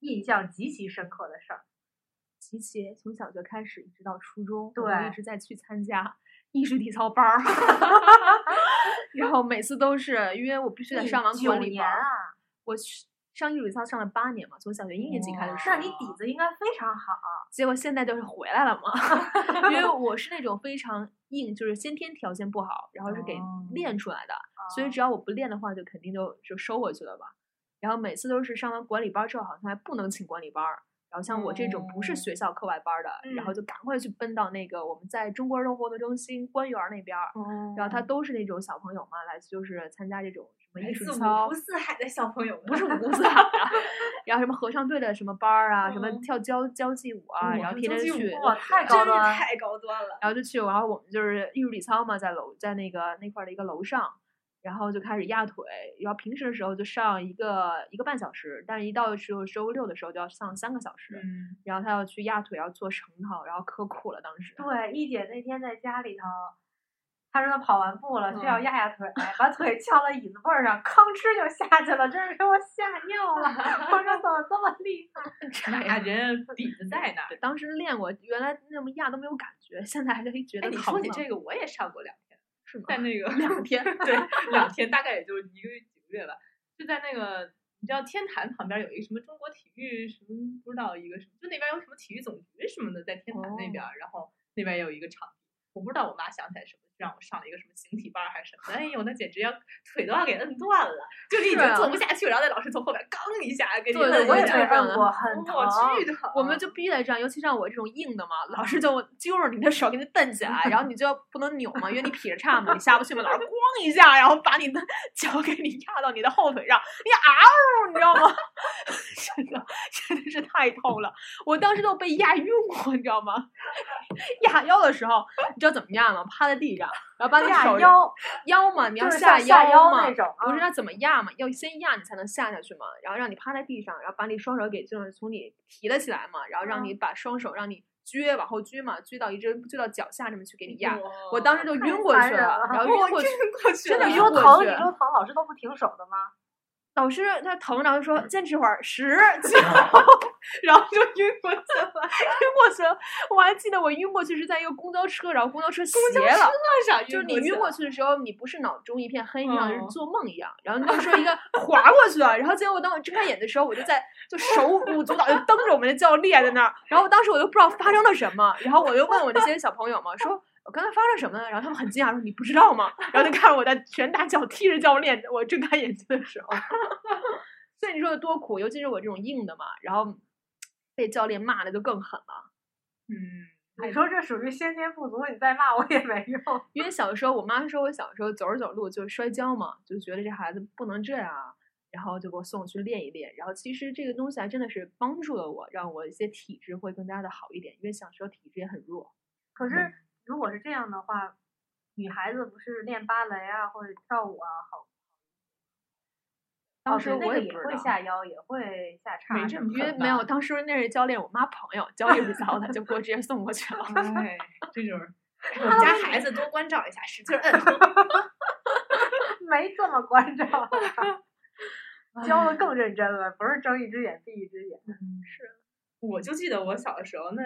S1: 印象极其深刻的事儿？
S3: 齐齐从小学开始一直到初中，
S1: 对
S3: 我们一直在去参加艺术体操班儿， 然后每次都是因为我必须得
S1: 你
S3: 上完
S1: 嗯九
S3: 管理
S1: 年
S3: 班儿，
S1: 啊，
S3: 我去上艺术体操上了八年嘛，从小学一年级开始
S2: 哇
S3: 上
S1: 那。你底子应该非常好。
S3: 结果现在就是回来了嘛，因 为我是那种非常硬，就是先天条件不好，然后是给
S1: 哦
S3: 练出来的，
S2: 嗯
S3: 所以只
S1: 要
S3: 要我不练的话，就肯定就就收回去了吧。然后每次都是上完管理班儿之后，好像还不能请管理班儿。然后像我这种不是
S2: 哦嗯
S3: 学校课外班儿的，然后就赶快去奔到那个我们在中国儿童活动中心官园儿那边儿，
S2: 哦
S3: 然后他都是那种小朋友嘛，来就是参加这种什么
S2: 来
S3: 艺术
S2: 自
S3: 操
S2: 五湖，四海的小朋友们，
S3: 不是五湖四海的，然后什么合唱队的什么班儿啊，什么
S2: 嗯
S3: 跳交交际舞啊，
S2: 哇
S3: 然后
S2: 这
S3: 天
S2: 交
S3: 天
S2: 际舞
S3: 去，
S1: 哇太
S2: 真
S1: 高
S2: 是
S1: 端了
S2: 太高端了。
S3: 然后就去，然后我们就是艺术体操嘛，在楼在那个那块儿的一个楼上，然后就开始压腿，然后平时的时候就上一个一个半小时，但是一到周周六的时候就要上三个小时，
S2: 嗯，
S3: 然后他要去压腿，要做绳套，然后可苦了当时。
S2: 哦
S1: 对，一姐那天在家里头，她说她跑完步了，需要
S3: 嗯
S1: 压压腿，哎把腿翘到椅子背儿上，吭哧就下去了，真是给我吓尿了。 我说怎么这么厉害？
S2: 那人家底子在那儿。
S3: 哎对，当时练过，原来那么压都没有感觉，现在还是觉
S2: 哎，
S3: 得
S2: 你
S3: 疼
S2: 说
S3: 了。
S2: 起这个，我也上过两天，
S3: 是吗？
S2: 在那个
S3: 两天
S2: 对，两天大概也就是一个月几个月吧，就在那个你知道天坛旁边有一个什么中国体育什么不知道一个什么，就那边有什么体育总局什么的，在天坛那边
S3: 哦
S2: 儿，然后那边有一个场地，我不知道我妈想起来什么，让我上了一个什么形体班儿还是什么的，哎呦，那简直要腿都要给摁断了，就你已
S3: 是
S2: 经
S3: 啊
S2: 做不下去了，然后那老师从后边刚一下给你
S3: 对 对
S2: 摁一
S1: 我也
S3: 这
S2: 下
S1: 被
S3: 样
S1: 摁
S3: 的
S1: 过，很疼。
S2: 我去的，
S3: 我
S1: 嗯
S3: 们就必须得这样，尤其像我这种硬的嘛，老师就揪着你的手给你蹬起来，然后你就不能扭嘛，因为你劈着叉嘛，你下不去嘛，老师咣一下，然后把你的脚给你压到你的后腿上，你嗷，你知道吗？ 真的真的是太痛了，我当时都被压晕过，你知道吗？ 压腰的时候，你知道怎么压吗？趴在地上，然后把你
S1: 压
S3: 手
S1: 腰，
S3: 腰嘛，你要
S1: 就是
S3: 下
S1: 像下
S3: 腰嗯
S1: 腰
S3: 嘛
S1: 那，种啊，
S3: 不是要怎么压嘛？要先压你才能下下去嘛，然后让你趴在地上，然后把你双手给就是从你提了起来嘛，然后让你把双手让你撅往后撅嘛，撅到一直撅到脚下这么去给你压。嗯我当时就
S1: 太
S3: 晕过
S1: 残
S3: 去
S1: 忍
S3: 了
S1: 了，
S3: 然后
S2: 我
S3: 晕过去，
S2: 晕过去
S3: 真的
S2: 了
S1: 你
S3: 晕
S1: 说
S3: 过
S1: 疼，
S3: 去
S1: 你说疼，老师都不停手的吗？
S3: 老师他疼，然后说坚持会儿 十九，
S2: 然后就晕过去了。
S3: 晕过去了。 我还记得我晕过去是在一个公交车，然后公交车斜
S2: 交
S3: 了。
S2: 上
S3: 就是你晕过去的时候，你不是脑中一片黑，你像是
S2: 嗯
S3: 做梦一样，然后就是一个滑过去了，然后结果当我睁开眼的时候，我就在就手舞足蹈就瞪着我们的教练在那儿，然后我当时我就不知道发生了什么，然后我就问我那些小朋友嘛，说我刚才发生什么了，然后他们很惊讶说你不知道吗？然后就看着我在拳打脚踢着教练，我睁开眼睛的时候， 所以你说有多苦，尤其是我这种硬的嘛，然后被教练骂的就更狠了。
S2: 嗯，
S1: 你说这属于先天不足，你再骂我也没用。
S3: 因为小时候我妈说我小时候走着走路就摔跤嘛，就觉得这孩子不能这样啊，然后就给我送去练一练。然后其实这个东西还真的是帮助了我，让我一些体质会更加的好一点，因为小时候体质也很弱。
S1: 可是
S3: 嗯
S1: 如果是这样的话，女孩子不是练芭蕾啊或者跳舞啊，好，
S3: 当
S1: 哦
S3: 时
S1: 对那
S3: 我
S1: 个
S3: 不
S1: 也
S3: 知
S1: 会
S3: 道，
S1: 下腰，也会下叉
S2: 没
S1: 什
S2: 这
S1: 么
S2: 么
S1: 的，
S3: 因为
S2: 狠
S3: 没有，
S2: 吧
S3: 当时那是教练我妈朋友，教练不教他就给我直接送过 去了。
S2: 哎，这 就是。我们家孩子多关照一下，使劲摁。
S1: 没这么关照， 教的
S2: 哎
S1: 更认真了，不是睁一只眼闭一只眼。
S2: 我就记得我小的时候，那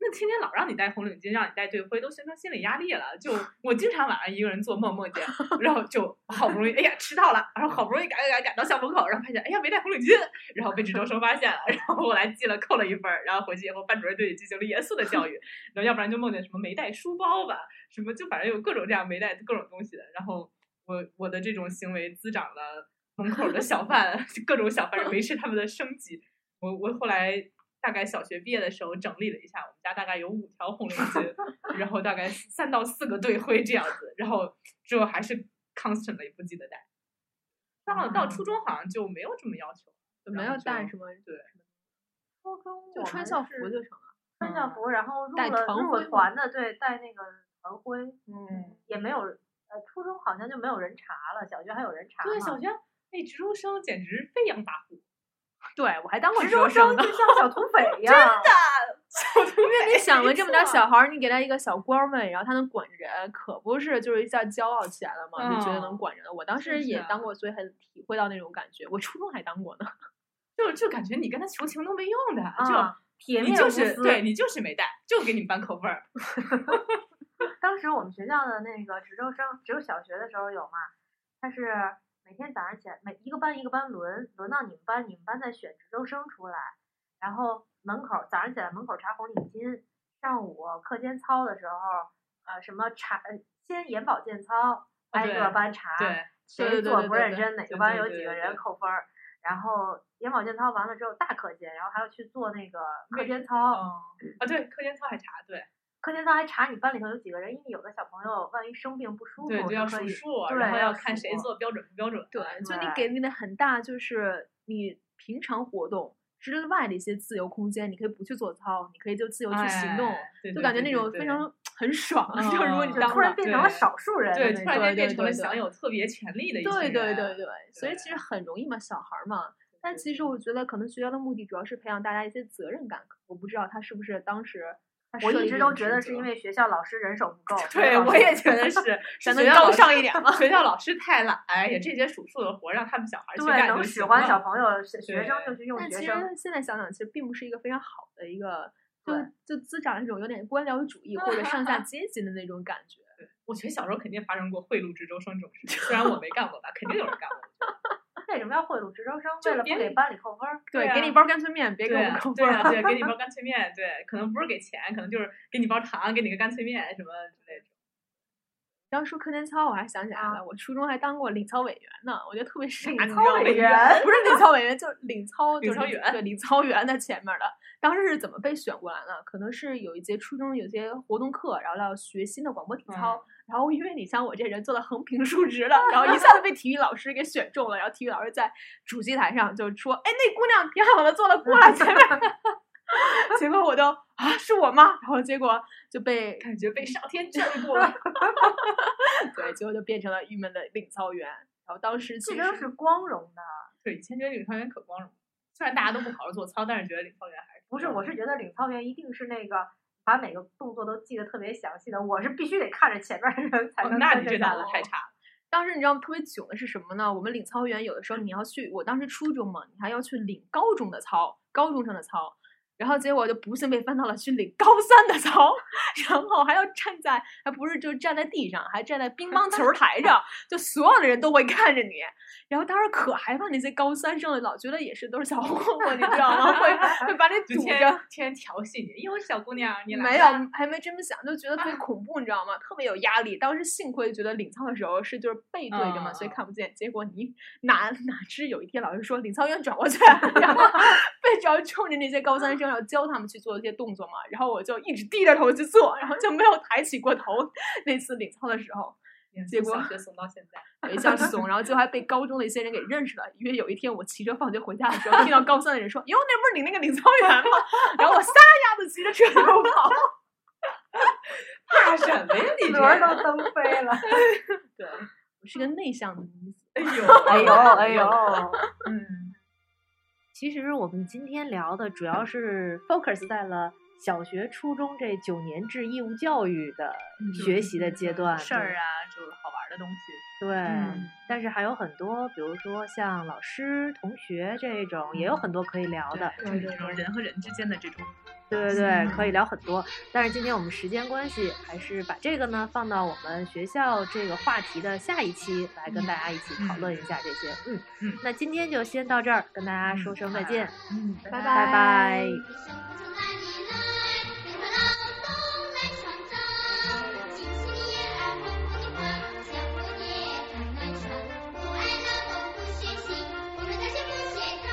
S2: 那天天老让你戴红领巾，让你戴队徽，都形成心理压力了。 就我经常晚上一个人做梦，梦见，然后就好不容易，哎呀迟到了，然后好不容易赶赶赶赶到校门口，然后发现哎呀没戴红领巾，然后被指导生发现了，然后后来记了扣了一分儿，然后回去以后班主任对你进行了严肃的教育， 然后要不然就梦见什么没带书包吧，什么就反正有各种这样没带各种东西的，然后我我的这种行为滋长了门口的小贩 各种小贩人维持他们的生计。我我后来大概小学毕业的时候整理了一下，我们家大概有五条红领巾，然后大概三到四个队徽这样子，然后之后还是 constantly 不记得带。到到初中好像就没有这么要求，
S3: 就没
S2: 然
S3: 有
S2: 后
S3: 带
S2: 就
S3: 什么，
S2: 对，
S1: 初中
S3: 就
S1: 我
S3: 穿
S1: 们
S3: 校服
S1: 是
S3: 就成了。
S1: 穿校
S2: 嗯
S1: 服，然后入
S3: 带
S1: 了
S3: 团
S1: 入
S3: 徽
S1: 了
S3: 吗
S1: 团的，对，带那个团徽，
S3: 嗯，
S1: 也没有人，呃，初中好像就没有人查了，小学还有人查
S2: 对，
S1: 嘛
S2: 小学那植入生简直飞扬跋扈，
S3: 对我还当过
S1: 职
S3: 周
S1: 中生
S3: 呢
S1: 就。像小土 匪一样，
S3: 因为你想了这么点儿小孩儿，你给他一个小官位，然后他能管人，可不是就是一下骄傲起来了嘛，就觉得能
S2: 嗯
S3: 管人了。我当
S2: 是
S3: 时
S2: 是
S3: 也
S2: 啊
S3: 当过，所以很体会到那种感觉。我初中还当过呢，
S2: 就就感觉你跟他求情都没用的，
S1: 啊，铁
S2: 就
S1: 面
S2: 你
S1: 无
S2: 就是
S1: 私。
S2: 对你就是没带，就给你们班扣分儿。
S1: 当时我们学校的那个值周生，只有小学的时候有嘛，他是每天早上起来，每一个班一个班轮，轮到你们班，你们班再选值周生出来，然后门口早上起来门口查红领巾，上午课间操的时候，呃，什么查呃先眼保健操，挨
S2: 哦对
S1: 个班查，
S2: 对，
S1: 谁
S3: 对对
S1: 啊
S3: 对
S1: 做
S3: 对
S1: 不
S3: 对
S1: 认
S3: 对
S1: 真，哪
S2: 对
S1: 个班
S2: 对
S1: 有
S2: 对
S1: 几
S2: 对
S1: 个
S2: 对
S1: 人扣分儿。然后眼保健操完了之后大课间，然后还要去做那个课间操，
S2: 哦啊对，课间操还查对
S1: 课间操还查你班里头有几个人，因为有的小朋友万一生病不舒服
S2: 对，就是要
S1: 可
S2: 数
S1: 以。
S2: 数，
S1: 对
S2: 然后
S1: 要
S2: 要看
S1: 数
S2: 谁做标准不标准。
S3: 对，就你
S1: 对
S3: 给你的很大就是你平常活动是外的一些自由空间，你可以不去做操，你可以就自由去行动，
S2: 哎对
S3: 就
S2: 对
S3: 感觉那
S2: 对对
S3: 种非
S2: 对
S3: 常很爽。就如果你
S2: 嗯
S3: 当
S4: 突然
S3: 了
S4: 变成了
S2: 对
S4: 少数人
S2: 对，
S4: 的
S2: 突
S4: 那种，
S3: 对
S2: 然间变
S3: 对
S2: 成了
S3: 对
S2: 享有特别权利的一群
S3: 对
S2: 人。
S3: 对对对，所以
S2: 对
S3: 其实很容易嘛，小孩儿嘛。但
S2: 对
S3: 其实我觉得，可能学校的目的主要是培养大家一些责任感。我不知道他是不是当时他
S4: 我
S3: 设
S4: 一直
S3: 立这
S4: 都
S3: 种
S4: 觉
S3: 职
S4: 得是
S3: 责
S4: 因为学校老师人手不够。
S2: 对，我也觉得是，
S3: 咱
S2: 是
S3: 能
S2: 学校
S3: 高
S2: 老师
S3: 尚一点嘛。
S2: 学校老师太懒，哎呀，这些数数的活让他们小孩儿去
S4: 对，
S2: 干
S4: 能
S2: 就
S4: 使
S2: 行
S4: 唤
S2: 了
S4: 小朋友，学学
S2: 对
S4: 生就去用
S3: 但
S4: 学
S3: 其
S4: 生。
S3: 实现在想想，其实并不是一个非常好的一个，就
S4: 对
S3: 就滋长一种有点官僚主义或者上 下阶级的那种感觉。
S2: 我觉得小时候肯定发生过贿赂职周生这种事情，虽然我没干过吧，肯定有人干过。
S4: 为什么要贿赂值周生？
S2: 就
S4: 为了不
S2: 别
S4: 给
S2: 理
S4: 班里扣分儿？
S2: 对
S3: 给
S2: 啊
S3: 你包干脆面，别给
S2: 对
S3: 我
S2: 啊
S3: 们扣分
S2: 对
S3: 儿。
S2: 啊，对，给你包干脆面，对，可能不是给钱，可能就是给你包糖，给你个干脆面什么之类的。
S3: 刚说课间操，我还想起来了，
S4: 啊
S3: 我初中还当过领操委员呢，我觉得特别傻。
S4: 领
S3: 你知
S4: 操
S3: 道吗
S4: 委员
S3: 不是 领操委员，就是领操，
S2: 领
S3: 就是
S2: 操
S3: 领
S2: 员
S3: 对，领操员在前面的。当时是怎么被选过来呢？可能是有一节初中有些活动课，然后要学新的广播体
S4: 嗯
S3: 操，然后因为你像我这人做的横平竖直 的，然后一下子被体育老师给选中了，然后体育老师在主席台上就说：“哎，那姑娘挺好的，坐到 过来前面。”结果我就啊，是我吗？然后结果就被
S2: 感觉被上天眷顾了。
S3: 对，结果就变成了郁闷的领操员。然后当时其
S4: 这
S3: 实
S4: 都是光荣的。
S2: 对，以前觉得领操员可光荣了，虽然大家都不好好做操，但是觉得领操员还是
S4: 不是，我是觉得领操员一定是那个把每个动作都记得特别详细的，我是必须得看着前面的人才
S2: 哦
S4: 能
S2: 那
S4: 跟
S2: 你这
S4: 着下
S2: 脑子太
S4: 来。
S2: 差了。
S3: 当时你知道特别囧的是什么呢？我们领操员有的时候你要去，我当时初中嘛，你还要去领高中的操，高中上的操。然后结果就不幸被翻到了去领高三的操， 然后还要站在，还不是就站在地上，还站在乒乓球台 上，就所有的人都会看着你。然后当时可害怕那些高三生了，老觉得也是都是小混混，你知道吗？ 会会把你
S2: 就
S3: 堵
S2: 天
S3: 着。
S2: 天调戏你，哟，小姑娘，你来
S3: 没有
S2: 吧，
S3: 还没这么想，就觉得特别
S2: 啊
S3: 恐怖，你知道吗？特别有压力。当时幸亏觉得领操的时候是就是背对着嘛，所以
S2: 嗯
S3: 看不见。结果你哪哪知有一天老师说领操员转过 去，然后被主要冲着那些高三生，然后教他们去做一些动作嘛。然后我就一直低着头去做，然后就没有抬起过头。那次领操的时候，
S2: 你
S3: 结
S2: 从
S3: 果
S2: 小学怂到现在，
S3: 有一下怂，然后就还被高中的一些人给认识了。因为有一天我骑车放学回家的时候，听到高三的人说：“哟，那不是你那个领操员吗？”然后我撒丫子骑着车就跑。
S2: 怕什么呀 你
S4: 轮儿都蹬飞了，
S3: 对， 我是个内向的女子。
S2: 哎呦
S4: 哎 呦哎呦，
S1: 嗯，其实我们今天聊的主要是 focus 在了小学、初中这九年制义务教育的
S4: 嗯
S1: 学习的阶段
S2: 事儿啊，就是好玩的东西。
S1: 对，
S2: 嗯
S1: 但是还有很多，比如说像老师、同学这种，也有
S4: 嗯
S1: 很多可以聊的。
S2: 对就是这种人和人之间的这种
S1: 对对对，可以聊很多。但是今天我们时间关系，还是把这个呢放到我们学校这个话题的下一期来跟大家一起讨论一下这些。嗯，
S2: 嗯
S1: 那今天就先到这儿，跟大家说声再见，
S2: 嗯，拜
S3: 拜
S1: 拜拜。
S5: 想不出哪里来，有劳动来创造，尽情野儿红红的花，像蝴蝶在南上。不爱劳动不学习，我们大家不健康。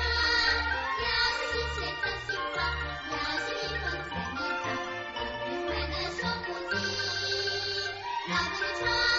S5: 要是一切放心花，要是一风采年华，快乐说不尽，让我们唱。